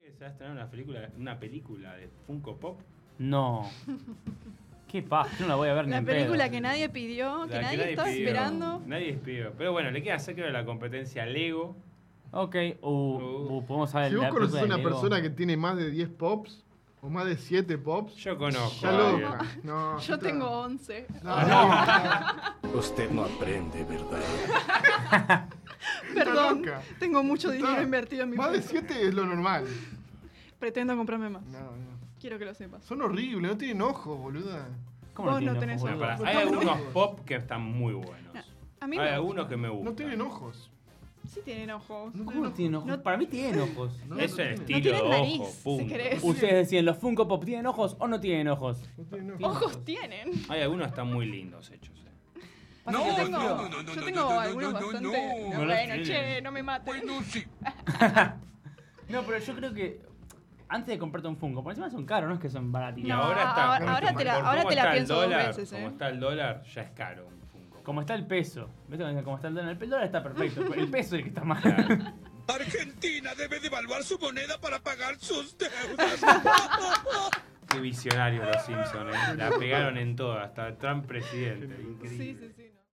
se va a estrenar una película, una película de Funko Pop. No. Qué paz, no la voy a ver ni La en pedo. película que nadie La pidió, que nadie, estaba pidió. esperando. Nadie pidió. Pero bueno, le queda hacer creo la competencia Lego. Ok, uh, uh, podemos saber Si vos la conoces película de a una Lego. persona que tiene más de 10 pops o más de 7 pops, Yo conozco. ya a lo. alguien. No, Yo está- tengo 11. No, Usted no aprende, ¿verdad? Perdón, loca. tengo mucho dinero Está- invertido en mi Más de cuenta. 7 es lo normal. Pretendo comprarme más. No, no. Quiero que lo sepas. Son horribles, no tienen ojos, boluda. ¿Cómo Vos tiene no ojo, tenés boludo? Bueno, pará, Pero Hay están algunos buenos. pop que están muy buenos. No, A mí Hay me- algunos que me gustan. No tienen ojos. sí tienen ojos. No ¿Cómo tiene ojos? No- Para mí tiene ojos. No, Eso no es tienen. estilo tienen ojo, nariz, si punto. querés. Ustedes deciden, ¿los Funko Pop tienen ojos o no tienen ojos? No tienen ojos. Ojos tienen. Hay algunos que están muy lindos hechos. eh. Pasa que yo yo tengo, yo tengo algunos bastante. no. No los bueno, tienen. che, no me maten. No, pero yo creo que antes de comprarte un Funko, por encima son caros, no es que son Y baratitos. No, ahora está. ahora- ahora te la- por ahora cómo te la está el pienso dos dólar, veces, eh. Como está el dólar, ya es caro un Funko. Como está el peso, ¿ves cómo cómo está el dólar? El dólar está perfecto, pero el peso es el que está mal. Claro. Argentina debe devaluar su moneda para pagar sus deudas. Qué visionarios los Simpsons. eh. La pegaron en todo, hasta Trump presidente. Sí, sí, sí.